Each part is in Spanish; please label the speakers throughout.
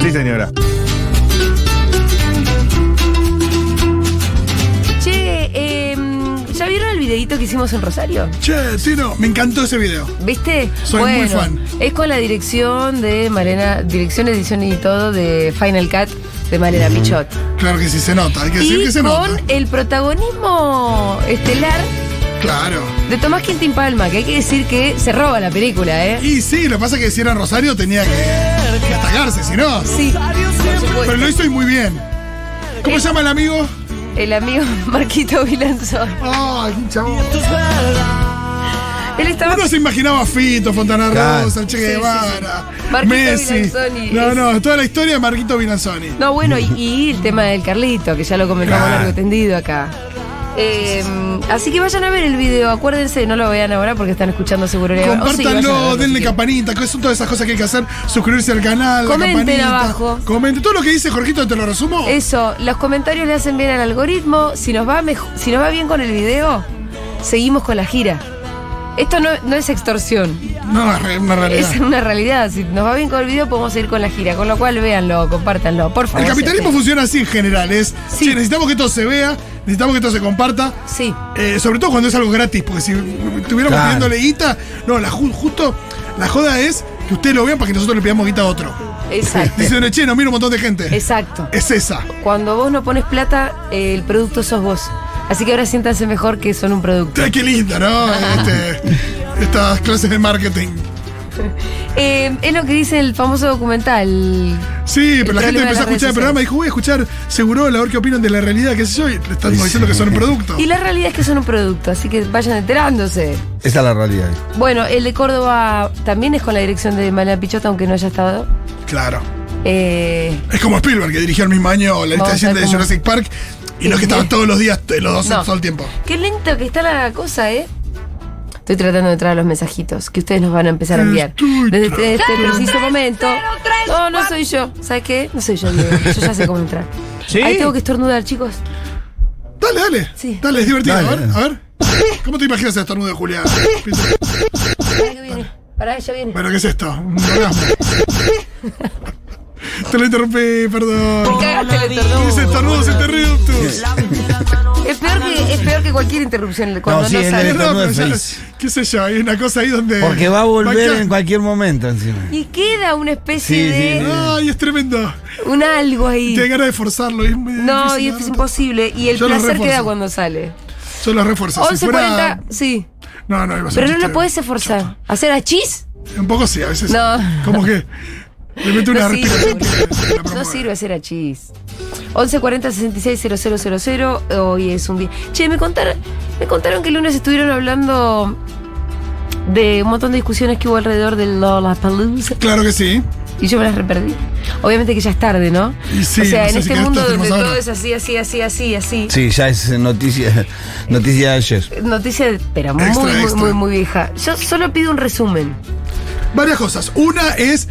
Speaker 1: Sí, señora.
Speaker 2: Che, eh, ¿ya vieron el videito que hicimos en Rosario?
Speaker 3: Che, Tino, me encantó ese video.
Speaker 2: ¿Viste?
Speaker 3: Soy muy fan.
Speaker 2: Es con la dirección de Marena, dirección, edición y todo de Final Cut de Marena Pichot.
Speaker 3: Claro que sí se nota, hay que decir
Speaker 2: Y
Speaker 3: que se
Speaker 2: con
Speaker 3: nota.
Speaker 2: el protagonismo estelar
Speaker 3: Claro.
Speaker 2: de Tomás Quintín Palma, que hay que decir que se roba la película, ¿eh?
Speaker 3: Y sí, lo que pasa es que si era en Rosario tenía que, que atacarse, si no.
Speaker 2: Sí, por
Speaker 3: Pero
Speaker 2: supuesto.
Speaker 3: lo hizo y muy bien. ¿Cómo se llama el amigo?
Speaker 2: El amigo Marquito Vilanzón.
Speaker 3: Ay, qué chabón.
Speaker 2: Él estaba
Speaker 3: Uno se imaginaba a Fito, Fontana
Speaker 1: Claro.
Speaker 3: Rosa, el Che Guevara,
Speaker 2: Marquito
Speaker 3: Messi.
Speaker 2: Vinanzoni
Speaker 3: No,
Speaker 2: es- Eh,
Speaker 3: no, toda la historia de Marquito Vinanzoni.
Speaker 2: No, bueno, y, y el tema del Carlito, que ya lo comentamos
Speaker 1: Claro.
Speaker 2: largo y tendido acá. Eh, así que vayan a ver el video, acuérdense, no lo vean ahora porque están escuchando seguro. ahora. O oh, sí, vayan a verlo,
Speaker 3: Compártanlo,
Speaker 2: si
Speaker 3: denle
Speaker 2: quieren.
Speaker 3: campanita, que son todas esas cosas que hay que hacer. Suscribirse al canal, la
Speaker 2: Comenten
Speaker 3: campanita.
Speaker 2: abajo.
Speaker 3: Comenten. Todo lo que dice Jorgito, te lo resumo.
Speaker 2: Eso, los comentarios le hacen bien al algoritmo. Si nos va, mej- si nos va bien con el video, seguimos con la gira. Esto no, no es extorsión,
Speaker 3: No, es re- una realidad.
Speaker 2: es una realidad. Si nos va bien con el video, podemos seguir con la gira. Con lo cual, véanlo, compártanlo, por favor.
Speaker 3: El capitalismo
Speaker 2: gente.
Speaker 3: funciona así en general. Es,
Speaker 2: Sí.
Speaker 3: che, necesitamos que todo se vea, necesitamos que todo se comparta.
Speaker 2: Sí.
Speaker 3: Eh, sobre todo cuando es algo gratis, porque si estuviéramos
Speaker 1: Claro.
Speaker 3: pidiéndole guita, no, la ju- justo la joda es que ustedes lo vean para que nosotros le pidamos guita a otro.
Speaker 2: Exacto.
Speaker 3: Dicen, che, nos mira un montón de gente. Es,
Speaker 2: Exacto.
Speaker 3: esa.
Speaker 2: Cuando vos no pones plata, eh, el producto sos vos. Así que ahora siéntanse mejor que son un producto.
Speaker 3: Che, Qué linda, ¿no? Este, estas clases de marketing.
Speaker 2: Eh, es lo que dice el famoso documental.
Speaker 3: Sí, pero
Speaker 2: El
Speaker 3: la gente
Speaker 2: problema de
Speaker 3: empezó a
Speaker 2: las redes
Speaker 3: escuchar el programa y dijo, voy a escuchar seguro la hora que opinan de la realidad, qué sé yo, y le están
Speaker 1: Sí,
Speaker 3: diciendo
Speaker 1: sí.
Speaker 3: que son un producto.
Speaker 2: Y la realidad es que son un producto, así que vayan enterándose.
Speaker 1: Esa es la realidad.
Speaker 2: Bueno, el de Córdoba también es con la dirección de Malena Pichota, aunque no haya estado.
Speaker 3: Claro.
Speaker 2: Eh,
Speaker 3: Es como Spielberg, que dirigió el mismo año la lista
Speaker 2: Vamos
Speaker 3: de
Speaker 2: a
Speaker 3: gente
Speaker 2: ver
Speaker 3: de
Speaker 2: cómo-
Speaker 3: Jurassic Park, y no es que estaban todos los días, eh, los dos
Speaker 2: No.
Speaker 3: todo el tiempo.
Speaker 2: qué lento que está la cosa, ¿eh? Estoy tratando de entrar a los mensajitos que ustedes nos van a empezar a enviar.
Speaker 3: Estoy
Speaker 2: Desde este, este preciso momento. No, no soy yo. ¿Sabes qué? No soy yo, Diego. Yo ya sé cómo entrar.
Speaker 4: ¿Sí?
Speaker 2: Ahí tengo que estornudar, chicos.
Speaker 3: Dale, dale.
Speaker 2: Sí.
Speaker 3: Dale, es divertido.
Speaker 1: Dale,
Speaker 3: a ver,
Speaker 1: dale.
Speaker 3: a ver. ¿Cómo te imaginas el estornudo de Julián?
Speaker 2: Pará que viene. Pará, ella viene.
Speaker 3: bueno, ¿qué es esto? Un orgasmo. te lo interrumpí, perdón.
Speaker 2: Cagaste el
Speaker 3: Ese
Speaker 2: estornudo.
Speaker 3: estornudo se te interruptus.
Speaker 2: Es peor que, es peor que cualquier interrupción cuando no,
Speaker 1: No, sí, es
Speaker 2: sale.
Speaker 1: El estornudo
Speaker 3: No, pero
Speaker 1: es
Speaker 3: ya-
Speaker 1: feliz.
Speaker 3: ¿Qué sé yo? Hay una cosa ahí donde.
Speaker 1: Porque va a volver
Speaker 3: quedar-
Speaker 1: en cualquier momento encima.
Speaker 2: Y queda una especie
Speaker 1: Sí, sí,
Speaker 2: de.
Speaker 3: Ay, es tremendo.
Speaker 2: Un algo ahí.
Speaker 3: Tiene ganas de forzarlo. y es muy
Speaker 2: No,
Speaker 3: difícil,
Speaker 2: y esto es
Speaker 3: ¿no?
Speaker 2: imposible. Y el
Speaker 3: Yo lo
Speaker 2: placer
Speaker 3: refuerzo.
Speaker 2: queda cuando sale.
Speaker 3: Yo lo refuerzo. Si
Speaker 2: 11.40,
Speaker 3: fuera...
Speaker 2: sí.
Speaker 3: No, no, iba a ser
Speaker 2: Pero
Speaker 3: un
Speaker 2: no lo
Speaker 3: chiste.
Speaker 2: podés esforzar. ¿Hacer a chis?
Speaker 3: Un poco sí, a veces.
Speaker 2: No.
Speaker 3: Como que. Le mete una
Speaker 2: No sirve,
Speaker 3: respiración.
Speaker 2: boludo.
Speaker 3: que la
Speaker 2: No
Speaker 3: promueve.
Speaker 2: sirve hacer a chis. 1140-660000. Hoy es un día. Che, me contaron, me contaron que el lunes estuvieron hablando de un montón de discusiones que hubo alrededor del Lollapalooza.
Speaker 3: Claro que sí.
Speaker 2: Y yo me las reperdí. Obviamente que ya es tarde, ¿no?
Speaker 3: Y sí,
Speaker 2: o sea,
Speaker 3: no
Speaker 2: en
Speaker 3: sé si
Speaker 2: este
Speaker 3: querés
Speaker 2: mundo
Speaker 3: hacemos
Speaker 2: donde
Speaker 3: ahora.
Speaker 2: todo es así, así, así, así, así.
Speaker 1: Sí, ya es noticia, noticia de ayer.
Speaker 2: Noticia, de- pero muy,
Speaker 3: Extra,
Speaker 2: muy,
Speaker 3: extra.
Speaker 2: muy, muy vieja. Yo solo pido un resumen.
Speaker 3: Varias cosas. Una es.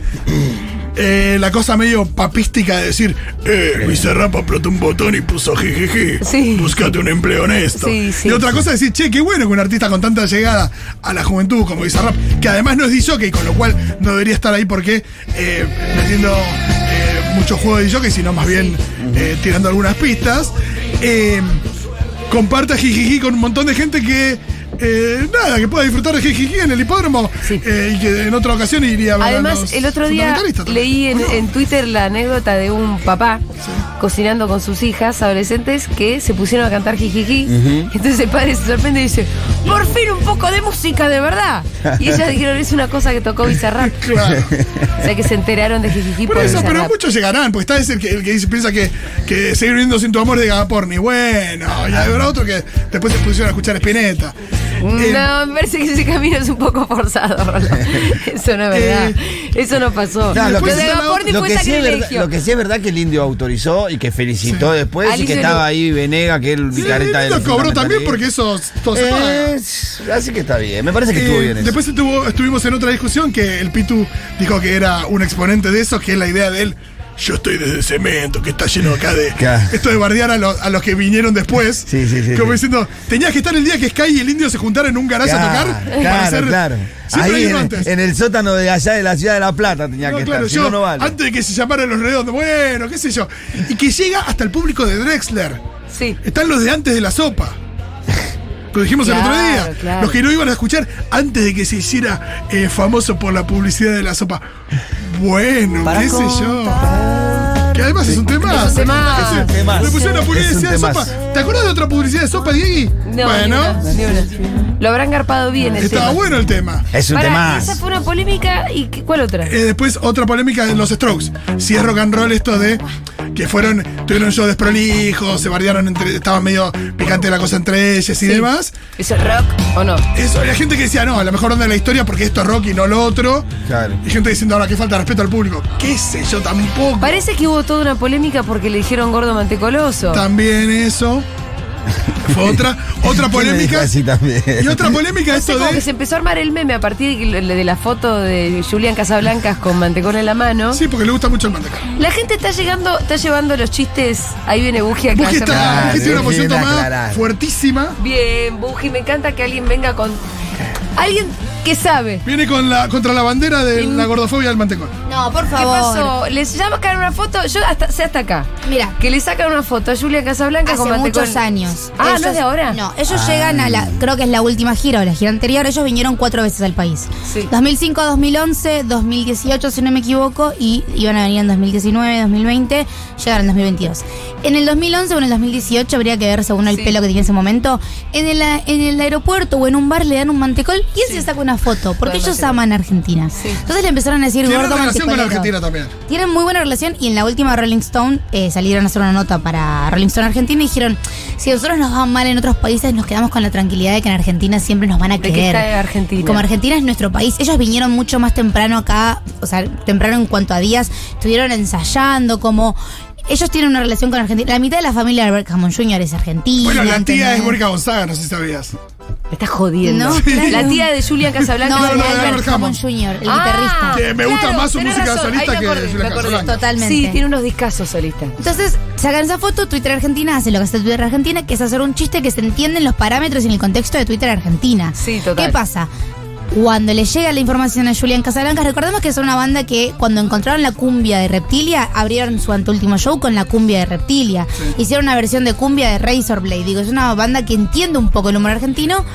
Speaker 3: eh, la cosa medio papística de decir, eh, Bizarrap apretó un botón y puso jijiji,
Speaker 2: Sí.
Speaker 3: búscate un empleo honesto.
Speaker 2: Sí, sí.
Speaker 3: Y otra cosa es decir, che, qué bueno que un artista con tanta llegada a la juventud como Bizarrap, que además no es DJ, con lo cual no debería estar ahí porque eh, metiendo eh, mucho juego de DJ, sino más bien eh, tirando algunas pistas. Eh, comparta Jijiji con un montón de gente que. eh, nada, que pueda disfrutar de Jijiji en el hipódromo
Speaker 2: Sí.
Speaker 3: eh, y que en otra ocasión iría a ver a
Speaker 2: Además,
Speaker 3: los
Speaker 2: el otro día
Speaker 3: fundamentalistas también.
Speaker 2: leí en,
Speaker 3: ¿O no?
Speaker 2: en Twitter la anécdota de un papá cocinando con sus hijas adolescentes que se pusieron a cantar jijiji. Entonces el padre se sorprende y dice, por fin un poco de música, de verdad. Y ellas dijeron, es una cosa que tocó Bizarrap.
Speaker 3: Claro.
Speaker 2: O sea que se enteraron de jijiji por,
Speaker 3: Por eso, pero
Speaker 2: Bizarrap.
Speaker 3: muchos llegarán, porque está ese que, el que dice, piensa que, que seguir viviendo sin tu amor de Gagaporni. Bueno, y
Speaker 1: Ah.
Speaker 3: habrá otro que después se pusieron a Eh, escuchar Espineta.
Speaker 1: Eh,
Speaker 2: No, me parece que ese camino es un poco forzado, Rola. Eso no es verdad. Eso no pasó.
Speaker 1: Eh, No, lo,
Speaker 3: Después
Speaker 2: Lo
Speaker 1: que,
Speaker 2: de
Speaker 3: está la-
Speaker 2: Gaporni
Speaker 1: lo
Speaker 2: fue
Speaker 1: que sí es verdad,
Speaker 2: sacrilegio.
Speaker 1: lo que sí es verdad que el indio autorizó y que felicitó después y
Speaker 2: Alicia
Speaker 1: que
Speaker 2: Lu-
Speaker 1: estaba ahí Venega, que es el
Speaker 3: Sí,
Speaker 1: careta de
Speaker 3: lo
Speaker 1: los
Speaker 3: cobró también porque
Speaker 1: fundamentalistas.
Speaker 3: eso todo se paga.
Speaker 1: Es- Así que está bien, me parece que
Speaker 3: Eh,
Speaker 1: estuvo bien eso.
Speaker 3: después estuvo- estuvimos en otra discusión que el Pitu dijo que era un exponente de eso, que es la idea de él yo estoy desde cemento, que está lleno acá de.
Speaker 1: Claro.
Speaker 3: Esto de bardear a, los- a los que vinieron después.
Speaker 1: Sí, sí, sí,
Speaker 3: Como
Speaker 1: sí.
Speaker 3: diciendo, tenías que estar el día que Sky y el indio se juntaron en un garaje a
Speaker 1: Claro,
Speaker 3: tocar. para
Speaker 1: claro,
Speaker 3: hacer-
Speaker 1: claro.
Speaker 3: Siempre
Speaker 1: Ahí
Speaker 3: hay uno
Speaker 1: en,
Speaker 3: antes.
Speaker 1: en el sótano de allá de la ciudad de La Plata tenía
Speaker 3: No,
Speaker 1: que
Speaker 3: claro,
Speaker 1: estar, si
Speaker 3: yo,
Speaker 1: no, no vale.
Speaker 3: antes de que se llamaran los redondos, bueno, qué sé yo. Y que llega hasta el público de Drexler.
Speaker 2: Sí.
Speaker 3: Están los de antes de la sopa. Lo dijimos el otro
Speaker 2: Claro,
Speaker 3: día.
Speaker 2: claro.
Speaker 3: Los que no iban a escuchar antes de que se hiciera eh, famoso por la publicidad de la sopa. Bueno, qué sé yo. Que además es un tema.
Speaker 2: Es un temazo.
Speaker 3: Es un
Speaker 1: Temazo.
Speaker 3: Le pusieron una
Speaker 1: Es un
Speaker 3: publicidad de sopa.
Speaker 1: temazo.
Speaker 3: ¿Te acuerdas de otra publicidad de sopa, Diego?
Speaker 2: No,
Speaker 3: bueno,
Speaker 2: ni una, ni una. Lo habrán garpado bien el
Speaker 3: estaba
Speaker 2: tema.
Speaker 3: bueno el tema.
Speaker 1: Es un
Speaker 2: Pará,
Speaker 1: tema.
Speaker 2: Esa fue una polémica y qué- ¿cuál otra?
Speaker 3: Eh, después otra polémica de los Strokes. Si es rock and roll esto de que fueron, tuvieron show desprolijo, se bardearon entre, estaba medio picante la cosa entre ellos y demás.
Speaker 2: ¿Es el rock o no?
Speaker 3: Eso, había gente que decía, no, la mejor onda de la historia porque esto es rock y no lo otro.
Speaker 1: Claro.
Speaker 3: Y gente diciendo, ahora que falta de respeto al público. Qué sé yo, tampoco.
Speaker 2: Parece que hubo toda una polémica porque le dijeron gordo mantecoloso.
Speaker 3: También eso. Fue otra, otra
Speaker 1: ¿Quién me dijo
Speaker 3: polémica.
Speaker 1: así también?
Speaker 3: Y otra polémica
Speaker 2: Sí,
Speaker 3: esto
Speaker 2: como que
Speaker 3: de...
Speaker 2: se empezó a armar el meme a partir de, que- de la foto de Julián Casablancas con mantecón en la mano.
Speaker 3: Sí, porque le gusta mucho el manteca.
Speaker 2: La gente está llegando, está llevando los chistes. Ahí viene Buji acá.
Speaker 3: Porque
Speaker 2: a hacer-
Speaker 3: está,
Speaker 1: Claro,
Speaker 3: que tiene una
Speaker 1: bien
Speaker 3: emoción tomada
Speaker 1: aclarar.
Speaker 3: fuertísima.
Speaker 2: Bien, Buji, me encanta que alguien venga con. Alguien que sabe.
Speaker 3: Viene con la, contra la bandera de la gordofobia del mantecón.
Speaker 4: No, por
Speaker 2: ¿Qué
Speaker 4: favor.
Speaker 2: pasó? Les sacan una foto. Yo hasta, sé hasta acá.
Speaker 4: Mira,
Speaker 2: Que le sacan una foto a Julián Casablanca
Speaker 4: hace
Speaker 2: con mantecón.
Speaker 4: muchos años.
Speaker 2: Ah, ¿no es de ahora? Ah.
Speaker 4: No, ellos llegan a la, creo que es la última gira o la gira anterior, ellos vinieron cuatro veces al país.
Speaker 2: Sí.
Speaker 4: 2005, 2011, 2018, si no me equivoco, y iban a venir en 2019, 2020, llegaron en 2022. En el 2011 o en el 2018, habría que ver según el
Speaker 2: Sí.
Speaker 4: pelo que tiene en ese momento, en el, a- en el aeropuerto o en un bar le dan un mantecol y él se saca una foto,
Speaker 2: Con
Speaker 4: porque
Speaker 2: el
Speaker 4: ellos
Speaker 2: mantecol.
Speaker 4: aman Argentina.
Speaker 2: Sí.
Speaker 4: Entonces le empezaron a decir
Speaker 3: Tiene
Speaker 4: gordo
Speaker 3: relación con la
Speaker 4: mantecolero.
Speaker 3: Argentina también.
Speaker 4: Tienen muy buena relación y en la última Rolling Stone eh, salieron a hacer una nota para Rolling Stone Argentina y dijeron, si a nosotros nos va mal en otros países, nos quedamos con la tranquilidad de que en Argentina siempre nos van a
Speaker 2: De que
Speaker 4: querer.
Speaker 2: está Argentina.
Speaker 4: Como Argentina es nuestro país, ellos vinieron mucho más temprano acá, o sea, temprano en cuanto a días, estuvieron ensayando como... Ellos tienen una relación con Argentina. La mitad de la familia de Albert Hammond Jr. es argentina.
Speaker 3: Bueno, la tía
Speaker 4: ¿entendés?
Speaker 3: es Mónica Gonzaga, no sé si sabías.
Speaker 2: Me estás jodiendo.
Speaker 4: No, claro.
Speaker 2: La tía de Julián Casablanca.
Speaker 4: No,
Speaker 3: No, no,
Speaker 4: de
Speaker 3: de
Speaker 4: Albert
Speaker 3: Albert
Speaker 4: Hammond
Speaker 3: Hammond.
Speaker 4: Jr., el
Speaker 2: Ah,
Speaker 4: guitarrista.
Speaker 3: Que me gusta más su
Speaker 2: tenés
Speaker 3: música
Speaker 2: ahí
Speaker 3: solista
Speaker 2: me
Speaker 3: que
Speaker 2: acordé,
Speaker 3: Julián
Speaker 2: me acordé.
Speaker 3: Casablanca.
Speaker 4: Totalmente.
Speaker 2: Sí, tiene unos discazos solistas.
Speaker 4: Entonces, sacan esa foto, Twitter Argentina hace lo que hace Twitter Argentina, que es hacer un chiste que se entiende en los parámetros y en el contexto de Twitter Argentina.
Speaker 2: Sí, total.
Speaker 4: ¿Qué pasa? Cuando le llega la información a Julián Casablancas, recordemos que son una banda que cuando encontraron la cumbia de Reptilia, abrieron su anteúltimo show con la cumbia de Reptilia. Hicieron una versión de cumbia de Razorblade. Digo, es una banda que entiende un poco el humor argentino,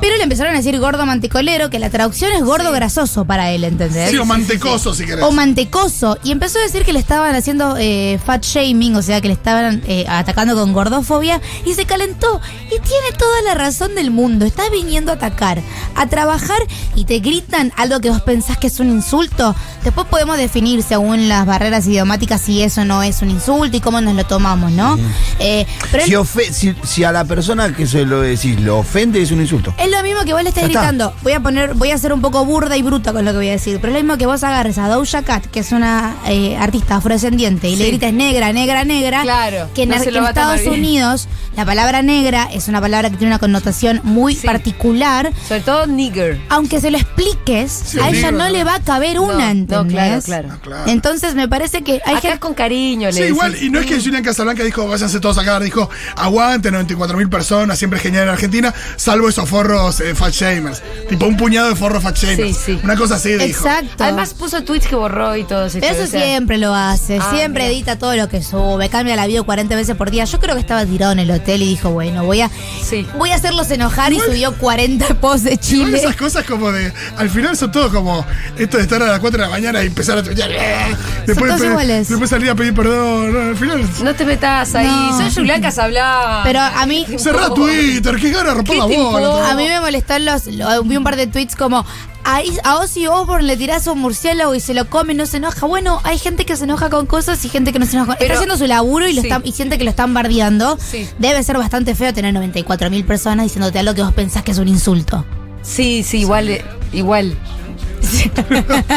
Speaker 4: pero le empezaron a decir gordo mantecolero, que la traducción es gordo grasoso para él, ¿entendés?
Speaker 3: Sí, o mantecoso, si querés.
Speaker 4: o mantecoso y empezó a decir que le estaban haciendo eh, fat shaming, o sea que le estaban eh, atacando con gordofobia y se calentó y tiene toda la razón del mundo, estás viniendo a atacar, a trabajar y te gritan algo que vos pensás que es un insulto, después podemos definir según las barreras idiomáticas si eso no es un insulto y cómo nos lo tomamos, ¿no? Eh, pero él-
Speaker 1: Si, ofe- si- si a la persona que se lo decís lo ofende, es un insulto.
Speaker 4: Es lo mismo que vos le estés
Speaker 1: Ya está.
Speaker 4: gritando. Voy a poner, voy a ser un poco burda y bruta con lo que voy a decir. Pero es lo mismo que vos agarres a Doja Cat, que es una eh, artista afrodescendiente, y le
Speaker 2: Sí.
Speaker 4: grites negra, negra, negra.
Speaker 2: Claro,
Speaker 4: Que en,
Speaker 2: no
Speaker 4: Ar-
Speaker 2: se lo
Speaker 4: en
Speaker 2: va a tomar
Speaker 4: Estados
Speaker 2: bien.
Speaker 4: Unidos la palabra negra es una palabra que tiene una connotación muy
Speaker 2: Sí.
Speaker 4: particular.
Speaker 2: Sobre todo nigger.
Speaker 4: Aunque se lo expliques, a ella
Speaker 3: negro,
Speaker 4: no le va a caber una,
Speaker 2: no, claro,
Speaker 4: ¿entendés?
Speaker 2: claro.
Speaker 3: Claro.
Speaker 4: Entonces me parece que hay
Speaker 2: Acá
Speaker 4: gente-
Speaker 2: con cariño, le
Speaker 3: Sí, igual,
Speaker 2: decís.
Speaker 3: y no es que Julián Casablanca dijo, váyanse todos a cagar, dijo, aguante, 94.000 personas, siempre es genial en Argentina, salvo esos forros eh, fat shamers. Tipo un puñado de forros fat shamers.
Speaker 2: Sí, sí.
Speaker 3: Una cosa así dijo.
Speaker 4: Exacto.
Speaker 2: Además puso tweets que borró y todo eso.
Speaker 4: Pero eso
Speaker 2: o sea,
Speaker 4: siempre lo hace,
Speaker 2: Ah,
Speaker 4: siempre
Speaker 2: mira.
Speaker 4: edita todo lo que sube, cambia la video 40 veces por día. Yo creo que estaba tirado en el hotel y dijo, bueno, voy a,
Speaker 2: Sí.
Speaker 4: voy a hacerlos enojar y subió 40 posts de
Speaker 3: Son
Speaker 4: Chile.
Speaker 3: esas cosas como de. Al final son todo como. Esto de estar a las 4 de la mañana y empezar a tuitear. "Eh", Después,
Speaker 4: todos
Speaker 3: pe-
Speaker 4: iguales.
Speaker 3: después salir a pedir perdón. no, Al final.
Speaker 2: No te metas ahí.
Speaker 4: No.
Speaker 2: Soy Julián Casablanca.
Speaker 4: Pero a mí,
Speaker 3: Cerrá Twitter, que gana romper la
Speaker 2: Oh. ¿Qué te
Speaker 3: bola.
Speaker 2: importa?
Speaker 4: a mí me molestó los, lo- vi un par de tweets como, a, Is- a Ozzy Osbourne le tirás un murciélago y se lo come, no se enoja. Bueno, hay gente que se enoja con cosas y gente que no se enoja. con-
Speaker 2: Pero-
Speaker 4: está haciendo su laburo y, lo
Speaker 2: Sí.
Speaker 4: está- y siente que lo están bardeando.
Speaker 2: Sí.
Speaker 4: Debe ser bastante feo tener 94 mil personas diciéndote algo que vos pensás que es un insulto.
Speaker 2: Sí, sí, igual. eh, Igual.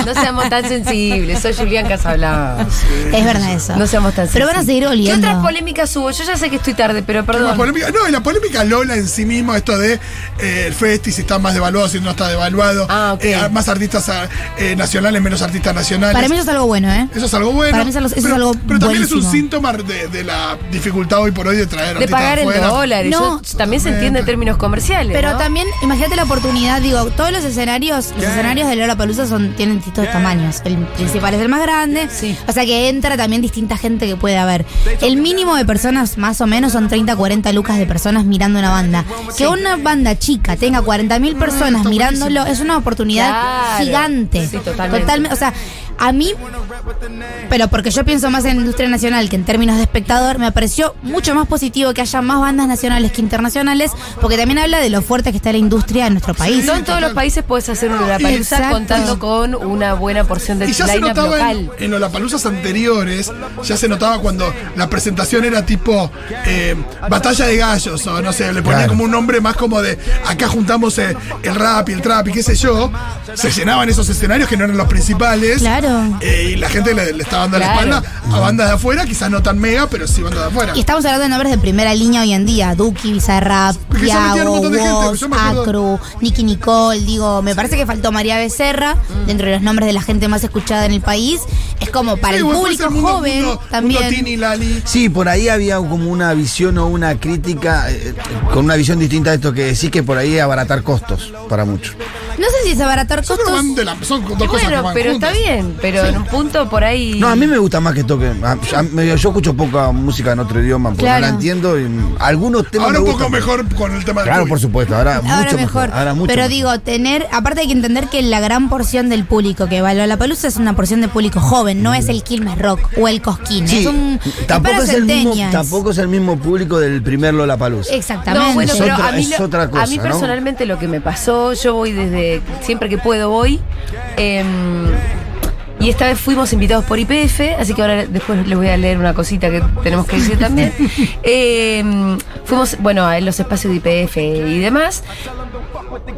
Speaker 2: No seamos tan sensibles. Soy Julián Casablanca.
Speaker 4: Es verdad eso.
Speaker 2: No seamos tan
Speaker 4: Pero van a
Speaker 2: sensibles.
Speaker 4: seguir
Speaker 2: ¿Qué
Speaker 4: oliendo.
Speaker 2: otras polémicas hubo? Yo ya sé que estoy tarde, pero
Speaker 3: La
Speaker 2: perdón.
Speaker 3: polémica- no, y la polémica Lola en sí mismo, esto de eh, el Festi, si está más devaluado, si no está devaluado,
Speaker 2: Ah, ok.
Speaker 3: eh, más artistas ah, eh, nacionales, menos artistas nacionales.
Speaker 4: Para mí eso es algo bueno, ¿eh?
Speaker 3: Eso es algo bueno.
Speaker 4: Para mí eso es algo- eso
Speaker 3: pero,
Speaker 4: es algo
Speaker 3: pero también es un
Speaker 4: buenísimo.
Speaker 3: síntoma de, de la dificultad hoy por hoy de traer
Speaker 2: de
Speaker 3: artistas
Speaker 2: pagar en
Speaker 3: afuera.
Speaker 2: dólares.
Speaker 4: No,
Speaker 2: Yo- también se entiende en términos comerciales.
Speaker 4: Pero
Speaker 2: ¿no?
Speaker 4: también, imagínate la oportunidad, digo, todos los escenarios, los escenarios de Lola Palusa son, tienen distintos tamaños. El principal es el más grande,
Speaker 2: Sí.
Speaker 4: o sea que entra también distinta gente que puede haber. El mínimo de personas, más o menos, son 30, 40 lucas de personas mirando una banda. Que una banda chica tenga 40.000 personas mirándolo es una oportunidad
Speaker 2: Mm, Claro.
Speaker 4: gigante.
Speaker 2: Sí, totalmente.
Speaker 4: Totalme- o sea, a mí, pero porque yo pienso más en la industria nacional que en términos de espectador, me pareció mucho más positivo que haya más bandas nacionales que internacionales, porque también habla de lo fuerte que está la industria en nuestro país.
Speaker 2: No en todos los países puedes hacer un Lollapalooza
Speaker 4: Exacto.
Speaker 2: contando con una buena porción del
Speaker 3: Y ya se
Speaker 2: line-up
Speaker 3: notaba
Speaker 2: local.
Speaker 3: en, en Lollapaloozas anteriores, ya se notaba cuando la presentación era tipo eh, Batalla de Gallos, o no sé, le ponían
Speaker 1: Claro.
Speaker 3: como un nombre más como de acá juntamos eh, el rap y el trap y qué sé yo. Se llenaban esos escenarios que no eran los principales.
Speaker 4: Claro.
Speaker 3: Eh, y la gente le, le estaba dando
Speaker 2: Claro.
Speaker 3: la espalda a bandas de afuera, quizás no tan mega, pero sí bandas de afuera.
Speaker 4: Y estamos hablando de nombres de primera línea hoy en día, Duki, Bizarrap,
Speaker 3: Porque ya metieron un
Speaker 4: Yago,
Speaker 3: montón de gente,
Speaker 4: Woz,
Speaker 3: yo me acuerdo.
Speaker 4: Acru, Nicky Nicole, digo, me parece que faltó María Becerra,
Speaker 3: Mm.
Speaker 4: dentro de los nombres de la gente más escuchada en el país, es como para
Speaker 3: Sí,
Speaker 4: el
Speaker 3: bueno,
Speaker 4: público
Speaker 3: puede ser mundo-
Speaker 4: joven
Speaker 3: mundo- mundo
Speaker 4: también.
Speaker 3: Tini, Lali.
Speaker 1: Sí, por ahí había como una visión o una crítica eh, con una visión distinta de esto que decís que por ahí abaratar costos para muchos.
Speaker 4: No sé si es abaratar
Speaker 3: Yo creo que
Speaker 4: costos.
Speaker 3: van de la- son dos
Speaker 2: Y
Speaker 3: cosas que
Speaker 2: bueno,
Speaker 3: van
Speaker 2: pero
Speaker 3: juntas.
Speaker 2: está bien, pero en un punto por ahí.
Speaker 1: No, a mí me gusta más que toquen. A- a- me- yo escucho poca música en otro idioma porque
Speaker 4: Claro.
Speaker 1: no la entiendo. Y mm, algunos temas
Speaker 3: Ahora
Speaker 1: me
Speaker 3: un poco
Speaker 1: gustan.
Speaker 3: mejor con el tema del
Speaker 1: Claro,
Speaker 3: COVID.
Speaker 1: por supuesto. Ahora,
Speaker 4: Ahora
Speaker 1: mucho
Speaker 4: mejor.
Speaker 1: mejor. Ahora mucho
Speaker 4: Pero
Speaker 1: mejor.
Speaker 4: digo, tener, aparte hay que entender que la gran porción del público que va a la palusa es una porción de público joven, no es el Quilmes Rock o el Cosquín.
Speaker 1: Sí,
Speaker 4: es un
Speaker 1: tampoco,
Speaker 4: para
Speaker 1: es el mismo,
Speaker 4: centennials.
Speaker 1: tampoco es el mismo público del primer Lollapalooza.
Speaker 4: Exactamente.
Speaker 2: No, bueno,
Speaker 1: Es
Speaker 2: pero
Speaker 1: otra-
Speaker 2: a mí,
Speaker 1: es
Speaker 2: lo-
Speaker 1: otra cosa,
Speaker 2: a mí
Speaker 1: ¿no?
Speaker 2: personalmente lo que me pasó, yo voy desde siempre que puedo voy. em, y esta vez fuimos invitados por IPF, así que ahora después les voy a leer una cosita que tenemos que decir también. Em, fuimos, bueno, a los espacios de IPF y demás.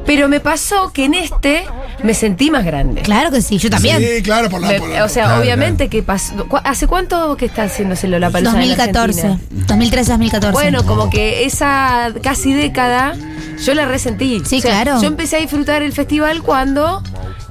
Speaker 2: Pero me pasó que en este me sentí más grande.
Speaker 4: Claro que sí, yo también.
Speaker 3: Sí, claro, por la.
Speaker 2: Me-
Speaker 3: por la-
Speaker 2: o sea,
Speaker 1: claro,
Speaker 2: obviamente que pasó. ¿cu- ¿Hace cuánto que está haciéndose la
Speaker 4: 2014, 2013-2014.
Speaker 2: Bueno, como que esa casi década yo la resentí.
Speaker 4: Sí, claro.
Speaker 2: Yo empecé a disfrutar el festival cuando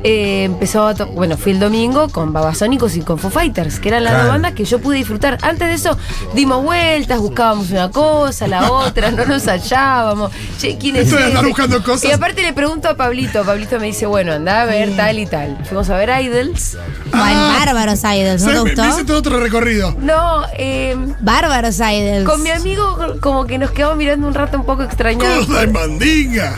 Speaker 2: eh, empezó a to- Bueno, fui el domingo con Babasónicos y con Foo Fighters, que eran las
Speaker 1: Claro.
Speaker 2: dos bandas que yo pude disfrutar. Antes de eso, dimos vueltas, buscábamos una cosa, la otra, no nos hallábamos. Che, ¿quién es
Speaker 3: Esto de
Speaker 2: ese?
Speaker 3: andar buscando cosas.
Speaker 2: Y aparte le pregunto a Pablito. Pablito me dice, bueno, anda a ver tal y tal. Fuimos a ver Idols.
Speaker 4: Ay,
Speaker 3: Ah,
Speaker 4: bárbaros Idols, ¿no
Speaker 3: ¿sabes? Me-
Speaker 4: te
Speaker 3: me hice
Speaker 4: gustó?
Speaker 3: todo otro recorrido.
Speaker 2: No, eh,
Speaker 4: Bárbaros Idols.
Speaker 2: Con mi amigo como que nos quedamos mirando un rato un poco extrañados.
Speaker 3: Cosa de mandinga.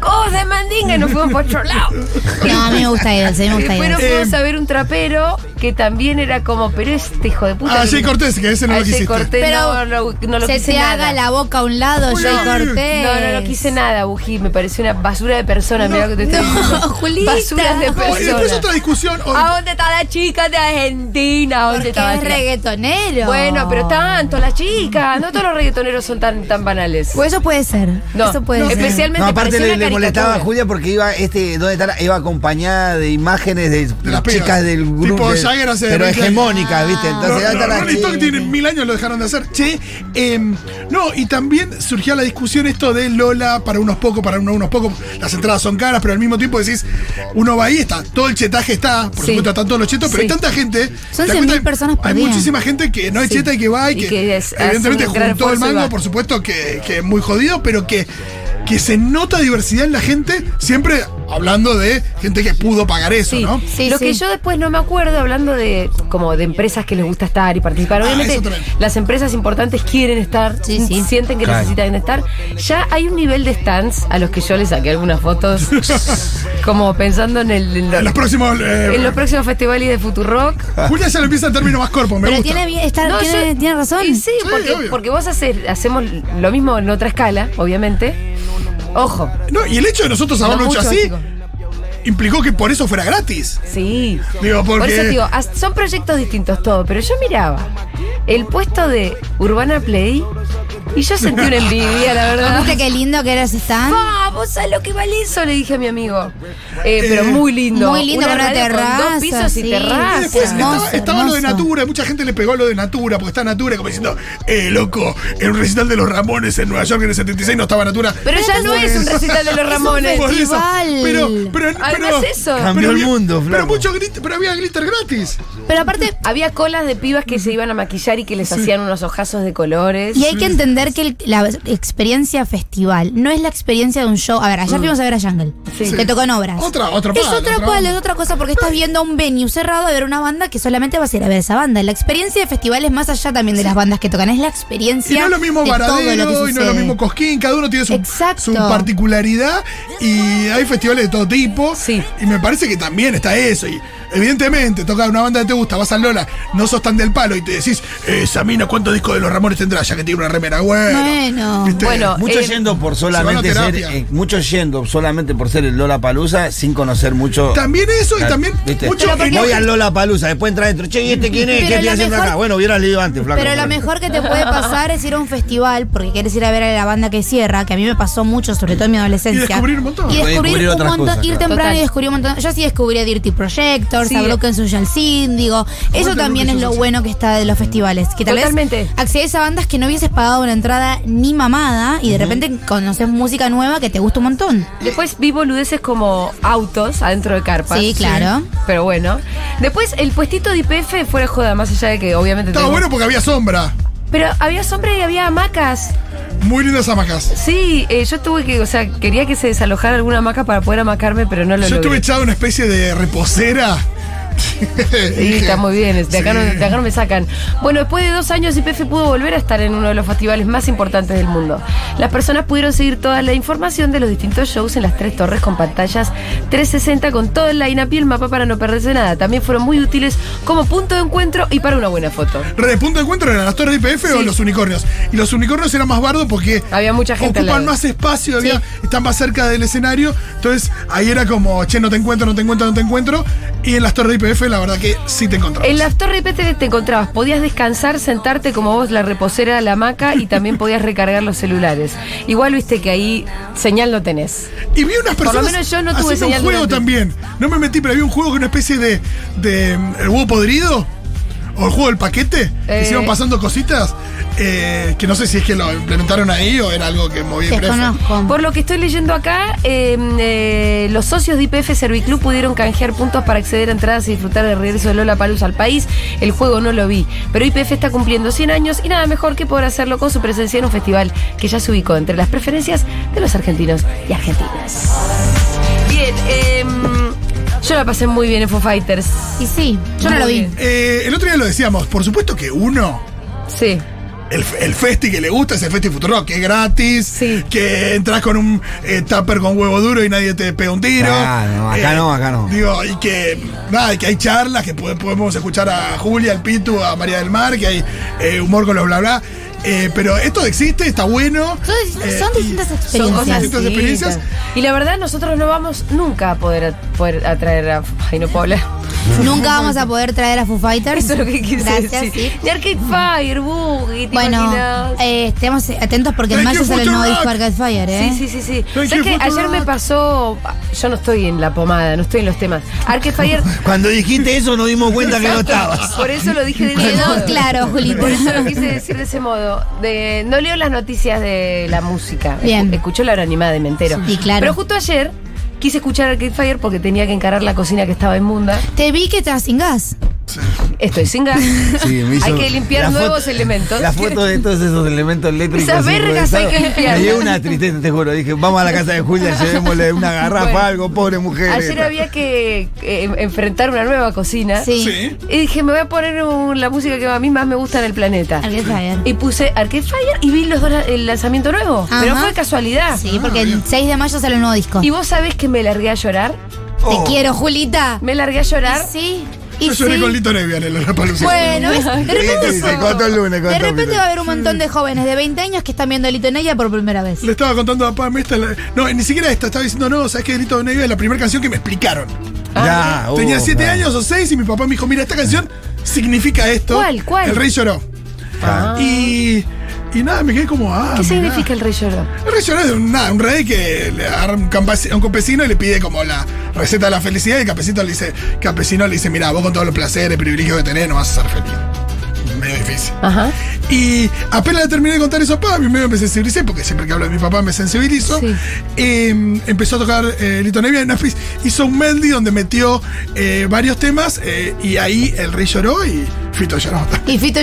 Speaker 2: ¡Cosa de mandinga! Y nos fuimos por otro lado.
Speaker 4: No, a mí me gusta Idols, a mí me gusta
Speaker 2: Después nos
Speaker 4: Idols.
Speaker 2: fuimos a ver un trapero que también era como, pero este hijo de
Speaker 3: Ah,
Speaker 2: puta. que-
Speaker 3: Jay Cortés, que ese no
Speaker 2: A
Speaker 3: lo
Speaker 2: Jay
Speaker 3: quisiste.
Speaker 2: Cortés no, no, no lo
Speaker 4: se
Speaker 2: quise
Speaker 4: te
Speaker 2: nada.
Speaker 4: haga la boca a un lado,
Speaker 3: Uy,
Speaker 4: Jay
Speaker 3: no.
Speaker 4: Cortés.
Speaker 2: No, no lo quise nada, Bují. Me pareció una basura de persona. Mirá lo que te estoy
Speaker 4: No,
Speaker 2: diciendo.
Speaker 4: Julita.
Speaker 2: Basura de
Speaker 4: Y
Speaker 3: Oh, y después otra
Speaker 2: persona. Ah,
Speaker 3: discusión. hoy-
Speaker 2: ¿A dónde está la chica de Argentina? ¿A dónde
Speaker 4: Porque
Speaker 2: está la
Speaker 4: es
Speaker 2: chica?
Speaker 4: reggaetonero.
Speaker 2: Bueno, pero tanto, la chica. No todos los reggaetoneros son tan, tan banales.
Speaker 4: Pues eso puede ser.
Speaker 2: No,
Speaker 4: eso puede ser.
Speaker 2: especialmente
Speaker 1: No, aparte
Speaker 2: parecía
Speaker 1: le,
Speaker 2: una
Speaker 1: le molestaba a
Speaker 2: caricatura.
Speaker 1: Julia porque iba, este, ¿dónde está la- Iba acompañada de imágenes de, las
Speaker 3: pibas.
Speaker 1: chicas del
Speaker 3: Tipo
Speaker 1: grupo. de-
Speaker 3: Jagger hace
Speaker 1: pero
Speaker 3: 20 años.
Speaker 1: hegemónicas, ¿viste?
Speaker 2: Ah.
Speaker 3: Los-
Speaker 1: Entonces,
Speaker 3: los
Speaker 1: ¿dónde está la
Speaker 3: Rolling Stones
Speaker 1: chica?
Speaker 3: tienen mil años, lo dejaron de hacer. Che, em, no, y también surgía la discusión esto de Lola para unos pocos, para unos, unos pocos. Las entradas son caras, pero al mismo tiempo decís, uno va ahí, está, todo el chetaje está, por
Speaker 2: Sí.
Speaker 3: supuesto están todos los chetos, pero
Speaker 2: Sí.
Speaker 3: hay tanta gente. te das
Speaker 4: 100.000
Speaker 3: cuenta,
Speaker 4: personas por
Speaker 3: Hay
Speaker 4: día.
Speaker 3: muchísima gente que no es
Speaker 2: Sí.
Speaker 3: cheta y que va y,
Speaker 2: Y que es- hace
Speaker 3: evidentemente
Speaker 2: un gran
Speaker 3: juntó el
Speaker 2: esfuerzo y
Speaker 3: mango,
Speaker 2: va.
Speaker 3: por supuesto que, que es muy jodido, pero que. Que se nota diversidad en la gente, siempre hablando de gente que pudo pagar eso,
Speaker 2: Sí.
Speaker 3: ¿no?
Speaker 4: Sí,
Speaker 2: lo
Speaker 4: sí.
Speaker 2: que yo después no me acuerdo, hablando de como de empresas que les gusta estar y participar.
Speaker 3: Ah,
Speaker 2: Obviamente,
Speaker 3: eso también.
Speaker 2: las empresas importantes quieren estar,
Speaker 4: Sí, sí.
Speaker 2: sienten que
Speaker 1: Claro.
Speaker 2: necesitan estar. Ya hay un nivel de stands a los que yo les saqué algunas fotos, como pensando en, el, en lo-
Speaker 3: En los próximos. eh,
Speaker 2: en los próximos festivales de Futurock.
Speaker 3: Julia ya lo empieza en términos más corpos, me
Speaker 4: Pero
Speaker 3: gusta.
Speaker 4: tiene, bien- está,
Speaker 2: No,
Speaker 4: tiene,
Speaker 2: yo-
Speaker 4: tiene razón.
Speaker 2: Y sí,
Speaker 3: Sí,
Speaker 2: porque,
Speaker 3: obvio.
Speaker 2: porque vos haces, hacemos lo mismo en otra escala, obviamente. Ojo.
Speaker 3: No, y el hecho de nosotros
Speaker 2: no
Speaker 3: haberlo hecho
Speaker 2: mucho,
Speaker 3: así
Speaker 2: digo.
Speaker 3: implicó que por eso fuera gratis.
Speaker 2: Sí.
Speaker 3: Digo, porque.
Speaker 2: Por eso te digo, as- son proyectos distintos todo, pero yo miraba el puesto de Urbana Play Y yo sentí una envidia, la verdad.
Speaker 4: ¿Viste qué lindo que eres están?
Speaker 2: ¡Ah, vos sabés lo que vale eso! Le dije a mi amigo. Eh, pero muy lindo.
Speaker 4: Muy lindo con una
Speaker 2: radio Con
Speaker 4: terraza,
Speaker 2: dos pisos y
Speaker 4: sí.
Speaker 3: Y
Speaker 2: terraza.
Speaker 3: después
Speaker 4: Hermoso,
Speaker 3: estaba, estaba lo de
Speaker 4: hermoso.
Speaker 3: Natura, mucha gente le pegó lo de Natura, porque está Natura, como diciendo, eh, loco, en un recital de los Ramones en Nueva York en el 76 no estaba Natura.
Speaker 2: Pero ya no es un recital de los Ramones.
Speaker 3: Por eso.
Speaker 4: festival.
Speaker 3: Pero, pero,
Speaker 2: Además
Speaker 3: pero-
Speaker 2: eso.
Speaker 3: pero
Speaker 1: Cambió el
Speaker 3: había-
Speaker 1: mundo,
Speaker 3: Pero,
Speaker 1: flaco.
Speaker 3: mucho glit- pero había glitter gratis.
Speaker 4: Pero aparte,
Speaker 2: Había colas de pibas que se iban a maquillar y que les hacían unos ojazos de colores.
Speaker 4: y hay que entender que el- la experiencia festival no es la experiencia de un show. A ver, ayer fuimos a ver a Jungle,
Speaker 2: Sí.
Speaker 4: que tocó en obras.
Speaker 3: Mm. Otra- otra
Speaker 4: Es
Speaker 3: pala,
Speaker 4: otra
Speaker 3: otra
Speaker 4: pala,
Speaker 3: banda.
Speaker 4: es otra cosa, porque estás viendo a un venue cerrado a ver una banda que solamente vas a ir a ver esa banda. La experiencia de festival es más allá también de las bandas que tocan, es la experiencia
Speaker 3: Y no es lo mismo
Speaker 4: de todo lo que
Speaker 3: Varadero, y no es lo
Speaker 4: sucede.
Speaker 3: mismo Cosquín, cada uno tiene su,
Speaker 4: Exacto.
Speaker 3: su particularidad y hay festivales de todo tipo.
Speaker 2: Sí.
Speaker 3: Y me parece que también está eso. Y evidentemente, toca una banda que te gusta, vas al Lola, no sos tan del palo y te decís, eh, Samina, ¿cuántos discos de los Ramones tendrás? Ya que tiene una remera, bueno.
Speaker 4: Bueno.
Speaker 3: ¿Viste?
Speaker 2: Bueno.
Speaker 1: Muchos
Speaker 2: Eh,
Speaker 1: yendo por
Speaker 3: se
Speaker 1: solamente
Speaker 3: van a
Speaker 1: ser,
Speaker 3: terapia.
Speaker 1: eh, muchos yendo solamente por ser el Lola Palusa sin conocer mucho.
Speaker 3: También eso y
Speaker 1: Ah,
Speaker 3: también
Speaker 1: ¿viste?
Speaker 3: mucho-
Speaker 1: Pero porque-
Speaker 3: no,
Speaker 1: voy al Lola Palusa, después entrar dentro. Che, ¿y este quién es?
Speaker 4: Pero
Speaker 1: ¿Qué estoy
Speaker 4: lo
Speaker 1: haciendo
Speaker 4: mejor-
Speaker 1: acá? Bueno, hubieras leído antes, flaco.
Speaker 4: Pero lo mejor que te puede pasar es ir a un festival porque quieres ir a ver a la banda que cierra, que a mí me pasó mucho, sobre todo en mi adolescencia.
Speaker 3: Y descubrir un montón.
Speaker 4: Y
Speaker 1: Y
Speaker 4: descubrir
Speaker 1: descubrir
Speaker 4: un
Speaker 1: otras
Speaker 4: montón,
Speaker 1: cosas,
Speaker 4: ir
Speaker 1: claro.
Speaker 4: temprano
Speaker 2: Total.
Speaker 4: y descubrir un montón. Yo sí descubrí a Dirty Projectors,
Speaker 2: Sí.
Speaker 4: a Broken Social Síndigo. Eso
Speaker 3: Broken
Speaker 4: también es
Speaker 3: Social
Speaker 4: lo
Speaker 3: Scene.
Speaker 4: bueno que está de los festivales. Que tal
Speaker 2: Totalmente.
Speaker 4: vez accedes a bandas que no hubieses pagado una entrada ni mamada y de repente conoces música nueva que te gusta un montón.
Speaker 2: Mm. Después vi boludeces como autos adentro de carpas.
Speaker 4: Sí, claro.
Speaker 2: Pero bueno. Después el puestito de IPF fuera de joda, más allá de que obviamente.
Speaker 3: Estaba
Speaker 2: tenemos-
Speaker 3: bueno porque había sombra.
Speaker 2: Pero había sombra y había hamacas.
Speaker 3: Muy lindas hamacas.
Speaker 2: Sí, eh, yo tuve que, o sea, quería que se desalojara alguna hamaca para poder amacarme, pero no lo
Speaker 3: Yo estuve
Speaker 2: logré.
Speaker 3: echado en una especie de reposera.
Speaker 2: Sí, está muy bien, de acá, no,
Speaker 3: Sí.
Speaker 2: de acá no me sacan. Bueno, después de dos años, IPF pudo volver a estar en uno de los festivales más importantes del mundo. Las personas pudieron seguir toda la información de los distintos shows en las tres torres con pantallas 360 con todo el line-up y el mapa para no perderse nada. También fueron muy útiles como punto de encuentro y para una buena foto.
Speaker 3: Re, de punto de encuentro eran las torres de IPF o los unicornios. Y los unicornios eran más bardo porque
Speaker 2: Había mucha gente al
Speaker 3: ocupan
Speaker 2: lado.
Speaker 3: más espacio, había, están más cerca del escenario. Entonces ahí era como, che, no te encuentro, no te encuentro, no te encuentro. Y en las torres de IPF la verdad que sí te encontrabas.
Speaker 2: En las torres IPF te encontrabas, podías descansar, sentarte como vos, la reposera, la hamaca y también podías recargar los celulares. Igual viste que ahí señal no tenés.
Speaker 3: Y vi unas
Speaker 2: lo
Speaker 3: personas
Speaker 2: menos yo no tuve
Speaker 3: haciendo un
Speaker 2: señal
Speaker 3: juego
Speaker 2: durante-
Speaker 3: también. No me metí, pero había un juego que era una especie de, de mm, el huevo podrido. O el juego del paquete, que
Speaker 2: Eh.
Speaker 3: se iban pasando cositas, eh, que no sé si es que lo implementaron ahí o era algo que movía IPF.
Speaker 4: Desconozco.
Speaker 2: Por lo que estoy leyendo acá, eh, eh, los socios de IPF Serviclub pudieron canjear puntos para acceder a entradas y disfrutar del regreso de Lola Palus al país. El juego no lo vi, pero IPF está cumpliendo 100 años y nada mejor que poder hacerlo con su presencia en un festival que ya se ubicó entre las preferencias de los argentinos y argentinas. Bien, eh, yo la pasé muy bien en Foo Fighters.
Speaker 4: Y sí, yo no
Speaker 2: Muy
Speaker 4: lo vi.
Speaker 2: bien.
Speaker 3: Eh, el otro día lo decíamos, por supuesto que uno
Speaker 2: Sí.
Speaker 3: El, el festi que le gusta es el festi Futuro, que es gratis,
Speaker 2: Sí.
Speaker 3: que entras con un eh, tupper con huevo duro y nadie te pega un tiro. Eh,
Speaker 1: Claro, acá Ah, no, acá no.
Speaker 3: Digo, y que nada, y que hay charlas, que pod- podemos escuchar a Julia, al Pitu, a María del Mar, que hay eh, humor con los bla bla. Eh, pero esto existe, está bueno.
Speaker 4: Son, son
Speaker 3: Eh,
Speaker 4: distintas
Speaker 2: Son
Speaker 4: experiencias.
Speaker 2: cosas
Speaker 3: Distintas
Speaker 2: distintas.
Speaker 3: experiencias.
Speaker 2: Y la verdad, nosotros no vamos nunca a poder, a- poder atraer a. Ay, no puedo hablar.
Speaker 4: Nunca vamos a poder traer a Foo Fighters.
Speaker 2: Eso es lo que quise
Speaker 4: Gracias,
Speaker 2: decir.
Speaker 4: sí. pues.
Speaker 2: De Arcade Fire, Boogie, ¿te
Speaker 4: Bueno,
Speaker 2: imaginas?
Speaker 4: eh, estemos atentos porque en
Speaker 3: Thank
Speaker 4: mayo
Speaker 3: you,
Speaker 4: sale el nuevo
Speaker 3: Futurock.
Speaker 4: disco Arcade Fire, ¿eh?
Speaker 2: Sí, sí, sí, sí.
Speaker 3: Thank
Speaker 2: ¿Sabes
Speaker 3: you,
Speaker 2: que
Speaker 3: Futurock.
Speaker 2: ayer me pasó. Yo no estoy en la pomada, no estoy en los temas. Arcade Fire.
Speaker 1: Cuando dijiste eso nos dimos cuenta que no estabas.
Speaker 2: Por eso lo dije de ese
Speaker 4: Quedó
Speaker 2: modo.
Speaker 4: claro, Juli.
Speaker 2: Por eso lo quise decir de ese modo. De, no leo las noticias de la música.
Speaker 4: Bien.
Speaker 2: Escu- Escucho la hora animada y me entero.
Speaker 4: Sí, claro.
Speaker 2: Pero justo ayer quise escuchar Arcade Fire porque tenía que encarar la cocina que estaba inmunda.
Speaker 4: Te vi que estás sin gas.
Speaker 2: Estoy sin gas.
Speaker 1: Sí, me hizo-
Speaker 2: Hay que limpiar
Speaker 1: la foto-
Speaker 2: nuevos elementos.
Speaker 1: La foto de todos esos elementos eléctricos.
Speaker 2: Esas vergas hay que
Speaker 1: improvisados,
Speaker 2: limpiar.
Speaker 1: Me dio una tristeza, te juro. Dije, vamos a la casa de Julia, llevémosle una garrafa,
Speaker 2: Bueno.
Speaker 1: algo, pobre mujer.
Speaker 2: Ayer había que eh, enfrentar una nueva cocina.
Speaker 4: Sí.
Speaker 3: Sí.
Speaker 2: Y dije, me voy a poner un- la música que a mí más me gusta en el planeta.
Speaker 4: Arcade Fire.
Speaker 2: Ah. Y puse Arcade Fire y vi los dos, la- el lanzamiento nuevo.
Speaker 4: Ajá.
Speaker 2: Pero fue casualidad.
Speaker 4: Sí,
Speaker 1: Ah,
Speaker 4: porque el 6 de mayo sale el nuevo disco.
Speaker 2: Y vos sabés que me largué a llorar.
Speaker 1: Oh.
Speaker 4: Te quiero, Julita.
Speaker 2: Me largué a llorar.
Speaker 4: Y sí. Y
Speaker 3: Yo lloré
Speaker 4: sí.
Speaker 3: con Lito Nevia en el Lollapalooza.
Speaker 4: Bueno, ¿ves? De repente,
Speaker 1: Sí, sí, contó el lunes, contó
Speaker 4: de
Speaker 1: el
Speaker 4: repente
Speaker 1: lunes.
Speaker 4: va a haber un montón de jóvenes de 20 años que están viendo a Lito Naya por primera vez.
Speaker 3: Le estaba contando a Pam esta. la- no, ni siquiera esta. Estaba diciendo, no, ¿sabes que Lito Nevia es la primera canción que me explicaron?
Speaker 2: Ah,
Speaker 1: Ya, uh,
Speaker 3: Tenía siete
Speaker 1: ya.
Speaker 3: años o seis y mi papá me dijo, mira, esta canción significa esto.
Speaker 2: ¿Cuál, cuál?
Speaker 3: El rey lloró.
Speaker 1: Ah.
Speaker 3: Y, Y nada, me quedé como, ah.
Speaker 2: ¿Qué
Speaker 3: mirá.
Speaker 2: significa el rey Jordan?
Speaker 3: El rey Jordan es un, nada, un rey que le agarra un, campas- a un campesino y le pide como la receta de la felicidad. Y el campesino le dice, campesino le dice, mira, vos con todos los placeres, privilegios que tenés, no vas a ser feliz. Medio difícil.
Speaker 2: Ajá.
Speaker 3: Y apenas le terminé de contar eso a papá, a mí medio me sensibilicé, porque siempre que hablo de mi papá me sensibilizo.
Speaker 2: Sí.
Speaker 3: Eh, empezó a tocar eh, Lito Nevia en una piz- hizo un melody donde metió eh, varios temas eh, y ahí el rey lloró y Fito lloró.
Speaker 4: Y Fito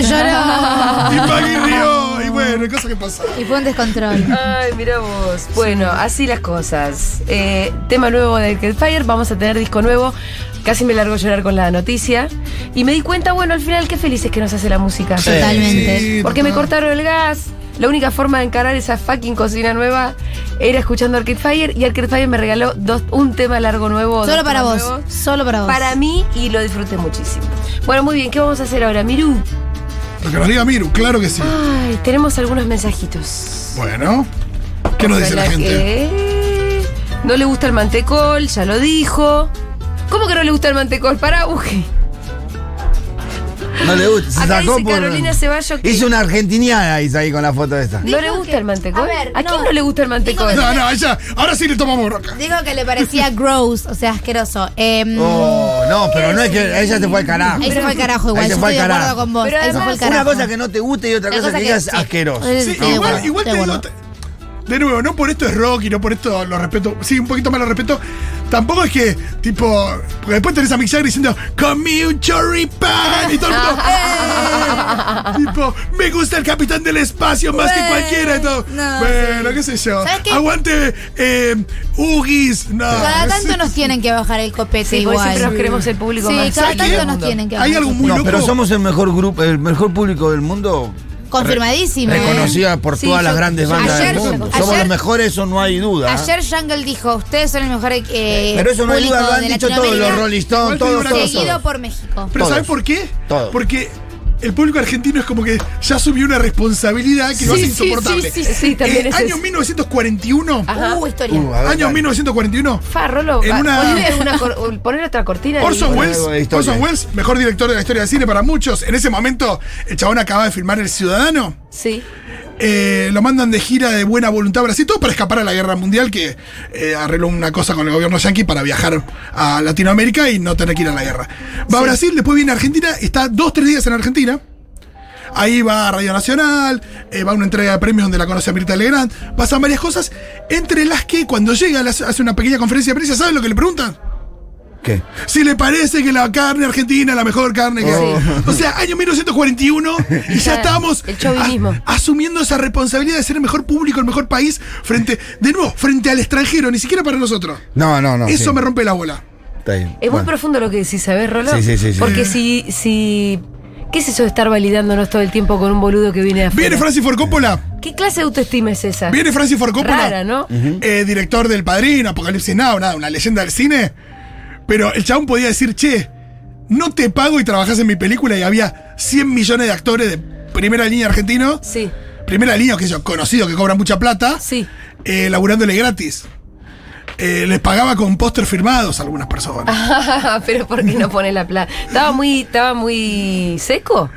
Speaker 4: lloró.
Speaker 3: y Pagui rió, y bueno, cosas que pasan.
Speaker 4: Y fue un descontrol.
Speaker 2: Ay, mira vos. Bueno, así las cosas. Eh, tema nuevo de Fire, vamos a tener disco nuevo. Casi me largo a llorar con la noticia. Y me di cuenta, bueno, al final qué felices que nos hace la música.
Speaker 1: Sí.
Speaker 4: Totalmente.
Speaker 3: Sí,
Speaker 2: Porque me
Speaker 3: total.
Speaker 2: cortaron el gas. La única forma de encarar esa fucking cocina nueva era escuchando Arcade Fire y Arcade Fire me regaló dos, un tema largo nuevo.
Speaker 4: Solo
Speaker 2: dos
Speaker 4: para
Speaker 2: temas
Speaker 4: vos.
Speaker 2: nuevos.
Speaker 4: Solo para vos.
Speaker 2: Para mí y lo disfruté muchísimo. Bueno, muy bien, ¿qué vamos a hacer ahora? Miru,
Speaker 3: Lo que nos diga Miru, claro que sí.
Speaker 2: ay, tenemos algunos mensajitos.
Speaker 3: Bueno, ¿qué nos dice la
Speaker 2: Ojalá
Speaker 3: gente?
Speaker 2: que- No le gusta el mantecol, ya lo dijo. ¿Cómo que no le gusta el mantecol? Para, busque.
Speaker 1: No le gusta. Se
Speaker 2: Acá
Speaker 1: sacó
Speaker 2: dice
Speaker 1: por-
Speaker 2: Carolina Ceballo que- Mm.
Speaker 1: Hizo una argentiniana Isa, ahí con la foto esta.
Speaker 2: ¿No le
Speaker 4: Dijo
Speaker 2: gusta
Speaker 4: que-
Speaker 2: el mantecol?
Speaker 4: a ver,
Speaker 2: ¿A quién
Speaker 4: no.
Speaker 2: no le gusta el mantecol?
Speaker 3: No, no, ya, ahora sí le tomamos bronca.
Speaker 4: Dijo que le parecía gross, o sea, asqueroso. Em,
Speaker 1: Oh, no, pero no es que ella se fue al carajo.
Speaker 4: Ahí se fue al carajo igual,
Speaker 1: Ahí se
Speaker 4: yo
Speaker 1: fue
Speaker 4: estoy de
Speaker 1: al
Speaker 4: acuerdo
Speaker 1: carajo.
Speaker 4: con vos.
Speaker 2: Pero
Speaker 4: ahí se
Speaker 2: además-
Speaker 4: fue al
Speaker 1: Una
Speaker 4: carajo.
Speaker 1: cosa que no te guste y otra
Speaker 4: La
Speaker 1: cosa, que digas
Speaker 4: sí.
Speaker 1: asqueroso.
Speaker 4: Eh,
Speaker 3: Sí,
Speaker 4: estoy de
Speaker 3: igual,
Speaker 4: acuerdo,
Speaker 3: igual
Speaker 4: estoy
Speaker 3: te
Speaker 4: de
Speaker 3: digo.
Speaker 4: acuerdo.
Speaker 3: te- de nuevo, no por esto es rock y no por esto lo respeto. Sí, un poquito más lo respeto. Tampoco es que, tipo, porque después tenés a Mick Jagger diciendo, comí un choripán y todo el mundo, "Eh". Tipo, me gusta el capitán del espacio más que
Speaker 4: Bueno,
Speaker 3: cualquiera y todo.
Speaker 4: no,
Speaker 3: bueno,
Speaker 4: sí.
Speaker 3: qué sé yo.
Speaker 4: ¿Sabes qué?
Speaker 3: Aguante, eh, Ugis. No,
Speaker 4: Cada
Speaker 3: no
Speaker 4: tanto
Speaker 3: sé.
Speaker 4: nos tienen que bajar el copete
Speaker 2: Sí, porque
Speaker 4: igual.
Speaker 2: siempre nos queremos el público
Speaker 4: Sí,
Speaker 2: más.
Speaker 4: cada
Speaker 3: ¿Sabes qué?
Speaker 4: tanto nos tienen que bajar.
Speaker 3: Hay
Speaker 4: el
Speaker 3: algo
Speaker 4: copete.
Speaker 3: muy
Speaker 1: No,
Speaker 3: loco.
Speaker 1: pero somos el mejor grupo, el mejor público del mundo.
Speaker 4: Confirmadísimo. ¿eh?
Speaker 1: Reconocida por
Speaker 2: Sí,
Speaker 1: todas
Speaker 2: yo-
Speaker 1: las grandes
Speaker 2: yo-
Speaker 1: bandas
Speaker 4: ayer-
Speaker 1: del mundo.
Speaker 4: ayer-
Speaker 1: Somos los mejores, eso no hay duda.
Speaker 4: Ayer Jungle dijo, ustedes son el mejor eh,
Speaker 1: ¿ah? Pero eso no hay
Speaker 4: público
Speaker 1: duda, lo han
Speaker 4: de
Speaker 1: dicho todos los
Speaker 4: Latinoamérica,
Speaker 1: Rolling Stones,
Speaker 3: Igual te
Speaker 1: todos,
Speaker 3: digo una
Speaker 1: todos.
Speaker 3: cosa.
Speaker 4: Seguido
Speaker 1: todos.
Speaker 4: por México.
Speaker 3: Pero
Speaker 1: Todos.
Speaker 3: ¿sabes por qué?
Speaker 1: Todos.
Speaker 3: Porque el público argentino es como que ya asumió una responsabilidad que lo
Speaker 2: Sí,
Speaker 3: hace
Speaker 2: sí,
Speaker 3: insoportable. Eh,
Speaker 2: sí, sí, sí, también es
Speaker 3: año
Speaker 2: eso. Ah.
Speaker 3: 1941.
Speaker 2: Ajá.
Speaker 4: Uh, historia.
Speaker 1: Uh, a ver,
Speaker 3: año
Speaker 1: dale.
Speaker 3: 1941.
Speaker 2: Fa, Rolo,
Speaker 3: En
Speaker 2: va,
Speaker 3: una-
Speaker 2: ponle una cor- ponle otra cortina. y-
Speaker 3: Orson
Speaker 1: Bueno,
Speaker 3: Welles,
Speaker 1: algo de historia.
Speaker 3: Orson Welles, mejor director de la historia del cine para muchos. En ese momento, el chabón acaba de filmar El Ciudadano.
Speaker 2: Sí.
Speaker 3: Eh, lo mandan de gira de buena voluntad a Brasil, todo para escapar a la guerra mundial, que eh, arregló una cosa con el gobierno yanqui para viajar a Latinoamérica y no tener que ir a la guerra. Va a Brasil, después viene a Argentina, está dos, tres días en Argentina. Ahí va a Radio Nacional, eh, va a una entrega de premios donde la conoce a Mirta Legrand, pasan varias cosas, entre las que cuando llega le hace hace una pequeña conferencia de prensa, ¿saben lo que le preguntan?
Speaker 1: ¿Qué?
Speaker 3: Si le parece que la carne argentina es la mejor carne que
Speaker 1: Oh.
Speaker 3: O sea, año 1941 y ya estamos
Speaker 2: El chauvinismo.
Speaker 3: a- asumiendo esa responsabilidad de ser el mejor público, el mejor país, frente, de nuevo, frente al extranjero, ni siquiera para nosotros.
Speaker 1: No, no, no.
Speaker 3: Eso
Speaker 1: sí.
Speaker 3: me rompe la bola.
Speaker 1: Está bien.
Speaker 2: Es muy
Speaker 1: Bueno.
Speaker 2: profundo lo que decís, ¿sabes, Rolo?
Speaker 1: Sí, sí, sí, sí.
Speaker 2: Porque si, si. ¿Qué es eso de estar validándonos todo el tiempo con un boludo que viene de afuera?
Speaker 3: Viene Francis Ford Coppola.
Speaker 2: ¿Qué clase de autoestima es esa?
Speaker 3: Viene Francis Ford Coppola.
Speaker 2: Rara, ¿no?
Speaker 3: eh, director del Padrino, Apocalipsis Now, nada, una leyenda del cine. Pero el chabón podía decir, che, no te pago y trabajás en mi película y había 100 millones de actores de primera línea argentinos.
Speaker 2: Sí,
Speaker 3: primera línea, que yo conocido, que cobran mucha plata,
Speaker 2: sí.
Speaker 3: eh, laburándole gratis. Eh, les pagaba con póster firmados a algunas personas.
Speaker 2: Pero ¿por qué no pone la plata? ¿Estaba muy, estaba muy seco?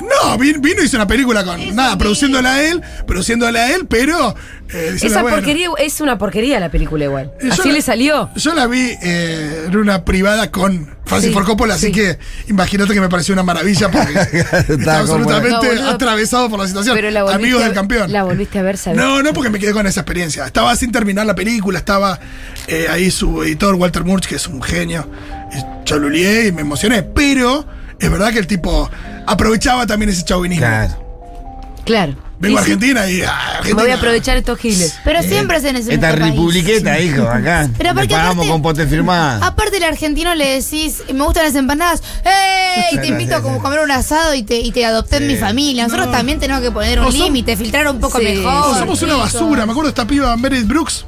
Speaker 3: No, vin- vino y hizo una película con nada, produciéndola a él, produciéndola a él, pero. eh, diciendo,
Speaker 2: Esa
Speaker 3: bueno,
Speaker 2: porquería es una porquería la película igual.
Speaker 3: Yo
Speaker 2: Así
Speaker 3: la-
Speaker 2: le salió.
Speaker 3: Yo la vi eh, en una privada con Francis
Speaker 2: Sí,
Speaker 3: Ford Coppola, así
Speaker 2: sí.
Speaker 3: que imagínate que me pareció una maravilla porque
Speaker 1: Estaba
Speaker 3: estaba absolutamente
Speaker 2: como- No, boludo.
Speaker 3: atravesado por la situación.
Speaker 2: Pero la volviste,
Speaker 3: Amigos
Speaker 2: a-
Speaker 3: del campeón.
Speaker 2: La volviste a ver, ¿sabes?
Speaker 3: No, no, porque me quedé con esa experiencia. Estaba sin terminar la película, estaba eh, ahí su editor Walter Murch, que es un genio. y Yo lo lié y me emocioné, pero es verdad que el tipo aprovechaba también ese chauvinismo.
Speaker 1: Claro.
Speaker 2: Claro.
Speaker 3: Vengo a
Speaker 2: Sí, sí.
Speaker 3: Argentina y. ah,
Speaker 2: Me
Speaker 3: Argentina.
Speaker 2: voy a aprovechar estos giles.
Speaker 4: Pero siempre se necesita.
Speaker 1: Eh, Esta republiqueta, hijo, acá.
Speaker 4: Pero
Speaker 1: Le
Speaker 4: porque
Speaker 1: pagamos
Speaker 4: aparte- Ah,
Speaker 1: con pote firmada.
Speaker 4: Aparte el argentino le decís, me gustan las empanadas, ¡eh! Y te invito a como comer un asado y te, y te adopté en mi familia. Nosotros también tenemos que poner
Speaker 3: O
Speaker 4: un
Speaker 3: som-
Speaker 4: límite, filtrar un poco
Speaker 2: Sí.
Speaker 3: No,
Speaker 4: mejor.
Speaker 3: Oh, somos una
Speaker 4: chicos.
Speaker 3: basura. Me acuerdo de esta piba, Meredith Brooks,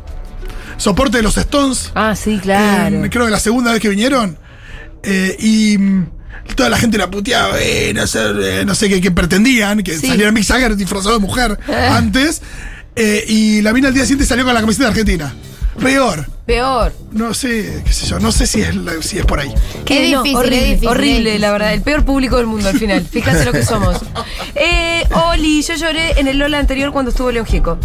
Speaker 3: soporte de los Stones.
Speaker 2: Ah, sí, claro.
Speaker 3: Eh, creo que la segunda vez que vinieron. eh, y mm, toda la gente la puteaba, eh, no sé, eh, no sé qué, qué pretendían, que
Speaker 2: Sí.
Speaker 3: saliera Mick eh, Jagger disfrazado de mujer antes. eh, y la mina al día siguiente salió con la camiseta de Argentina. Peor.
Speaker 2: Peor.
Speaker 3: No sé, qué sé yo, no sé si es, la- si es por ahí.
Speaker 4: Qué
Speaker 2: Eh, no,
Speaker 4: difícil,
Speaker 2: horrible,
Speaker 4: qué difícil,
Speaker 2: horrible,
Speaker 4: qué difícil.
Speaker 2: la verdad. El peor público del mundo al final. Fíjense lo que somos. Eh, Oli, yo lloré en el Lola anterior cuando estuvo León Gieco.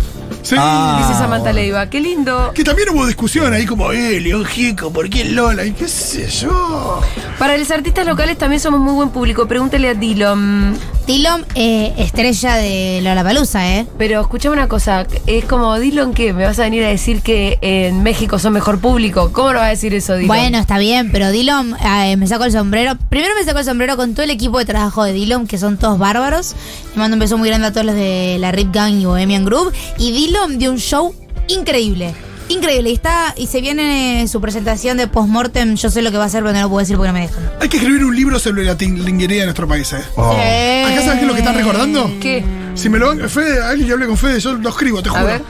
Speaker 3: Sí.
Speaker 1: Ah.
Speaker 2: Dice Samantha
Speaker 1: bueno.
Speaker 2: Leiva. Qué lindo.
Speaker 3: Que también hubo discusión ahí como, eh, León Gico, ¿por qué Lola? Y qué sé yo.
Speaker 2: Para los artistas locales también somos muy buen público. Pregúntele a Dylan.
Speaker 4: Tilom, eh, estrella de Lollapalooza, ¿eh?
Speaker 2: Pero escuchame una cosa. Es como, Dylan, ¿qué? ¿Me vas a venir a decir que en México son mejor público? ¿Cómo lo vas a decir eso, Dylan?
Speaker 4: Bueno, está bien, pero Dilom eh, me sacó el sombrero. Primero me sacó el sombrero con todo el equipo de trabajo de Dilom, que son todos bárbaros. Le mando un beso muy grande a todos los de la Rip Gang y Bohemian Group. Y Dilom dio un show increíble. Increíble. Y, está, y se viene eh, su presentación de postmortem. Yo sé lo que va a hacer, pero no lo puedo decir porque no me dejan.
Speaker 3: Hay que escribir un libro sobre la tinguería de nuestro país, eh.
Speaker 1: Oh.
Speaker 3: ¿Acá sabes qué es lo que están recordando?
Speaker 2: ¿Qué?
Speaker 3: Si me lo van, Fede, alguien yo hablé con Fede, yo lo escribo, te
Speaker 2: A
Speaker 3: juro.
Speaker 2: ver.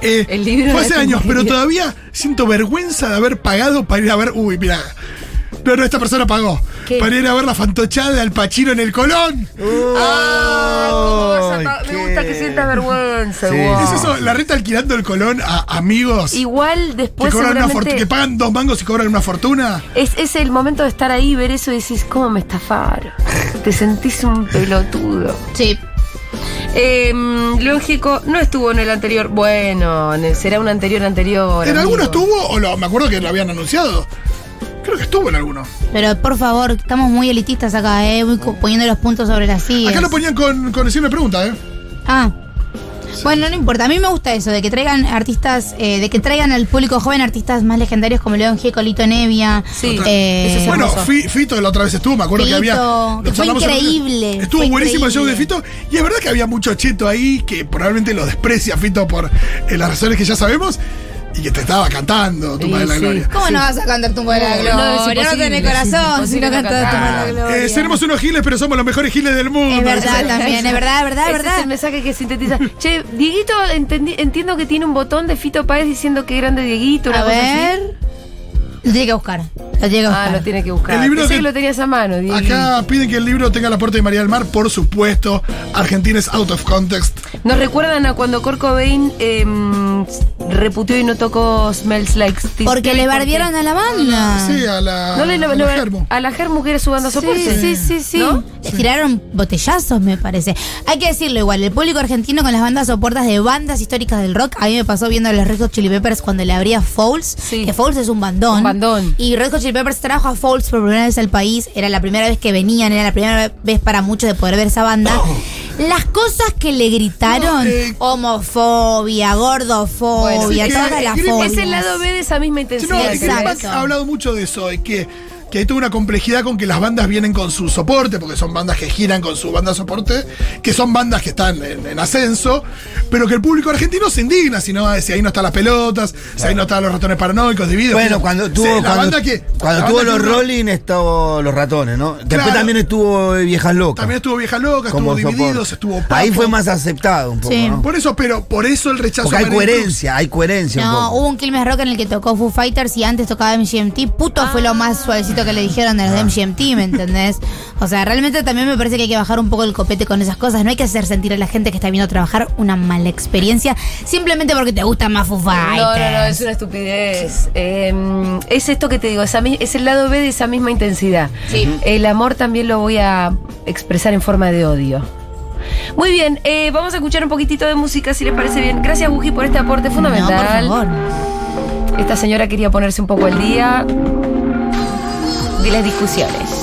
Speaker 3: Eh,
Speaker 2: El libro
Speaker 3: fue
Speaker 2: de
Speaker 3: hace
Speaker 2: la
Speaker 3: años, pero
Speaker 2: tinguería.
Speaker 3: todavía siento vergüenza de haber pagado para ir a ver. Uy, mira. No, no, esta persona pagó.
Speaker 2: ¿Qué?
Speaker 3: Para ir a ver la fantochada de Al Pacino en el Colón.
Speaker 4: Ah,
Speaker 2: Ay, Ah, ¿cómo vas a pa-
Speaker 1: Ay,
Speaker 2: Me gusta que
Speaker 1: qué-
Speaker 2: sientas vergüenza.
Speaker 1: Sí.
Speaker 2: guau.
Speaker 3: Es eso, la reta alquilando el Colón a amigos
Speaker 2: Igual
Speaker 3: que,
Speaker 2: después
Speaker 3: cobran una
Speaker 2: seguramente-
Speaker 3: fortu- que pagan dos mangos y cobran una fortuna.
Speaker 2: Es, es el momento de estar ahí, ver eso y decís, ¿cómo me estafaron? Te sentís un pelotudo.
Speaker 4: Sí.
Speaker 2: Eh, lógico, no estuvo en el anterior. Bueno, en el- será un anterior anterior.
Speaker 3: ¿En
Speaker 2: amigo.
Speaker 3: alguno estuvo? O lo- me acuerdo que lo habían anunciado. Creo que estuvo en alguno.
Speaker 4: Pero por favor, estamos muy elitistas acá, ¿eh? Muy co- poniendo los puntos sobre las sillas.
Speaker 3: Acá lo ponían con, con decirme pregunta, ¿eh?
Speaker 4: Ah. Bueno, no importa. A mí me gusta eso, de que traigan artistas, eh, de que traigan al público joven artistas más legendarios como León Gieco, Lito Nevia.
Speaker 2: Sí,
Speaker 4: Eh,
Speaker 2: eso es
Speaker 3: Bueno,
Speaker 2: hermoso.
Speaker 3: Fi- Fito la otra vez estuvo, me acuerdo
Speaker 4: Fito,
Speaker 3: que había. lo
Speaker 4: que fue
Speaker 3: charlamos en-
Speaker 4: increíble,
Speaker 3: Estuvo
Speaker 4: fue
Speaker 3: buenísimo el show de
Speaker 4: increíble.
Speaker 3: Fito. Y es verdad que había mucho cheto ahí que probablemente lo desprecia a Fito por eh, las razones que ya sabemos. Y que te estaba cantando, Tumba
Speaker 2: Y
Speaker 3: de la
Speaker 2: sí.
Speaker 3: Gloria.
Speaker 4: ¿Cómo no vas a cantar tu de la
Speaker 2: No, no, es
Speaker 4: gloria? No,
Speaker 2: imposible,
Speaker 4: tenés
Speaker 2: es
Speaker 4: corazón si
Speaker 2: imposible
Speaker 4: no cantas tu de la gloria.
Speaker 3: Eh, seremos unos giles, pero somos los mejores giles del mundo.
Speaker 4: Es verdad también, es verdad, es verdad,
Speaker 2: Ese
Speaker 4: es verdad.
Speaker 2: es el mensaje que sintetiza. che, Dieguito, entendí- entiendo que tiene un botón de Fito Páez diciendo que grande Dieguito. Una
Speaker 4: A
Speaker 2: cosa así.
Speaker 4: ver. Lo tiene que buscar. Lo tiene que
Speaker 2: Ah,
Speaker 4: buscar.
Speaker 2: lo tiene que buscar.
Speaker 3: El libro
Speaker 2: Pensé
Speaker 3: que-
Speaker 2: que lo tenías a mano, Dieguito.
Speaker 3: Acá piden que el libro tenga el aporte de María del Mar, por supuesto. Argentina es out of context.
Speaker 2: Nos recuerdan a cuando Kurt Cobain em, reputió y no tocó Smells Like Teen
Speaker 4: Porque
Speaker 2: Spirit
Speaker 4: le bardieron a la banda.
Speaker 3: Sí, a la.
Speaker 2: No le
Speaker 3: Ah, a
Speaker 2: no,
Speaker 3: la
Speaker 2: no,
Speaker 3: Germo.
Speaker 2: a la Germu que era su banda soporte.
Speaker 4: Sí, sí, sí, sí.
Speaker 2: ¿No?
Speaker 4: Les tiraron botellazos, me parece. Hay que decirlo igual, el público argentino con las bandas soportas de bandas históricas del rock, a mí me pasó viendo a los Red Hot Chili Peppers cuando le abría Fouls,
Speaker 2: Sí.
Speaker 4: que Fouls es un bandón.
Speaker 2: Un bandón.
Speaker 4: Y Red Hot Chili Peppers trajo a Fouls por primera vez al país, era la primera vez que venían, era la primera vez para muchos de poder ver esa banda. Las cosas que le gritaron,
Speaker 3: No, eh.
Speaker 4: homofobia,
Speaker 2: Bueno,
Speaker 4: gordofobia,
Speaker 3: sí que-
Speaker 4: todas las
Speaker 3: Grimm-
Speaker 4: fobias.
Speaker 2: Es el lado B de esa misma
Speaker 3: Sí, no,
Speaker 2: intensidad.
Speaker 4: Exacto.
Speaker 3: Greenback ha hablado mucho de eso, de que, que hay toda una complejidad con que las bandas vienen con su soporte, porque son bandas que giran con su banda soporte, que son bandas que están en, en ascenso, pero que el público argentino se indigna si, no, si ahí no están las pelotas, si ahí no están los ratones paranoicos divididos.
Speaker 1: Bueno, cuando tuvo,
Speaker 3: Sí, la
Speaker 1: cuando,
Speaker 3: banda que-
Speaker 1: cuando
Speaker 3: la
Speaker 1: tuvo
Speaker 3: banda
Speaker 1: los
Speaker 3: que uno-
Speaker 1: Rolling, estuvo los ratones, ¿no? Después
Speaker 3: Claro.
Speaker 1: también estuvo eh, Viejas Locas.
Speaker 3: También estuvo Vieja Loca,
Speaker 1: como
Speaker 3: estuvo Divididos,
Speaker 1: soporte.
Speaker 3: estuvo
Speaker 1: Ahí
Speaker 3: Papo.
Speaker 1: fue más aceptado un poco,
Speaker 4: Sí.
Speaker 1: ¿no?
Speaker 3: Por eso, pero por eso el rechazo.
Speaker 1: Porque hay
Speaker 3: para Nick Cruz.
Speaker 1: coherencia, hay coherencia un
Speaker 4: No,
Speaker 1: poco.
Speaker 4: hubo un Quilmes Rock en el que tocó Foo Fighters y antes tocaba MGMT. Puto fue lo más suavecito que le dijeron a los de MGMT, ¿me entendés? O sea, realmente también me parece que hay que bajar un poco el copete con esas cosas. No hay que hacer sentir a la gente que está viendo trabajar una mala experiencia simplemente porque te gusta más Foo Fighters.
Speaker 2: No, no, no, es una estupidez. Eh, es esto que te digo, esa mi- es el lado B de esa misma intensidad. El amor también lo voy a expresar en forma de odio. Muy bien, eh, vamos a escuchar un poquitito de música si les parece bien. Gracias, Buji, por este aporte
Speaker 4: No, por
Speaker 2: fundamental.
Speaker 4: favor.
Speaker 2: Esta señora quería ponerse un poco al día de las discusiones.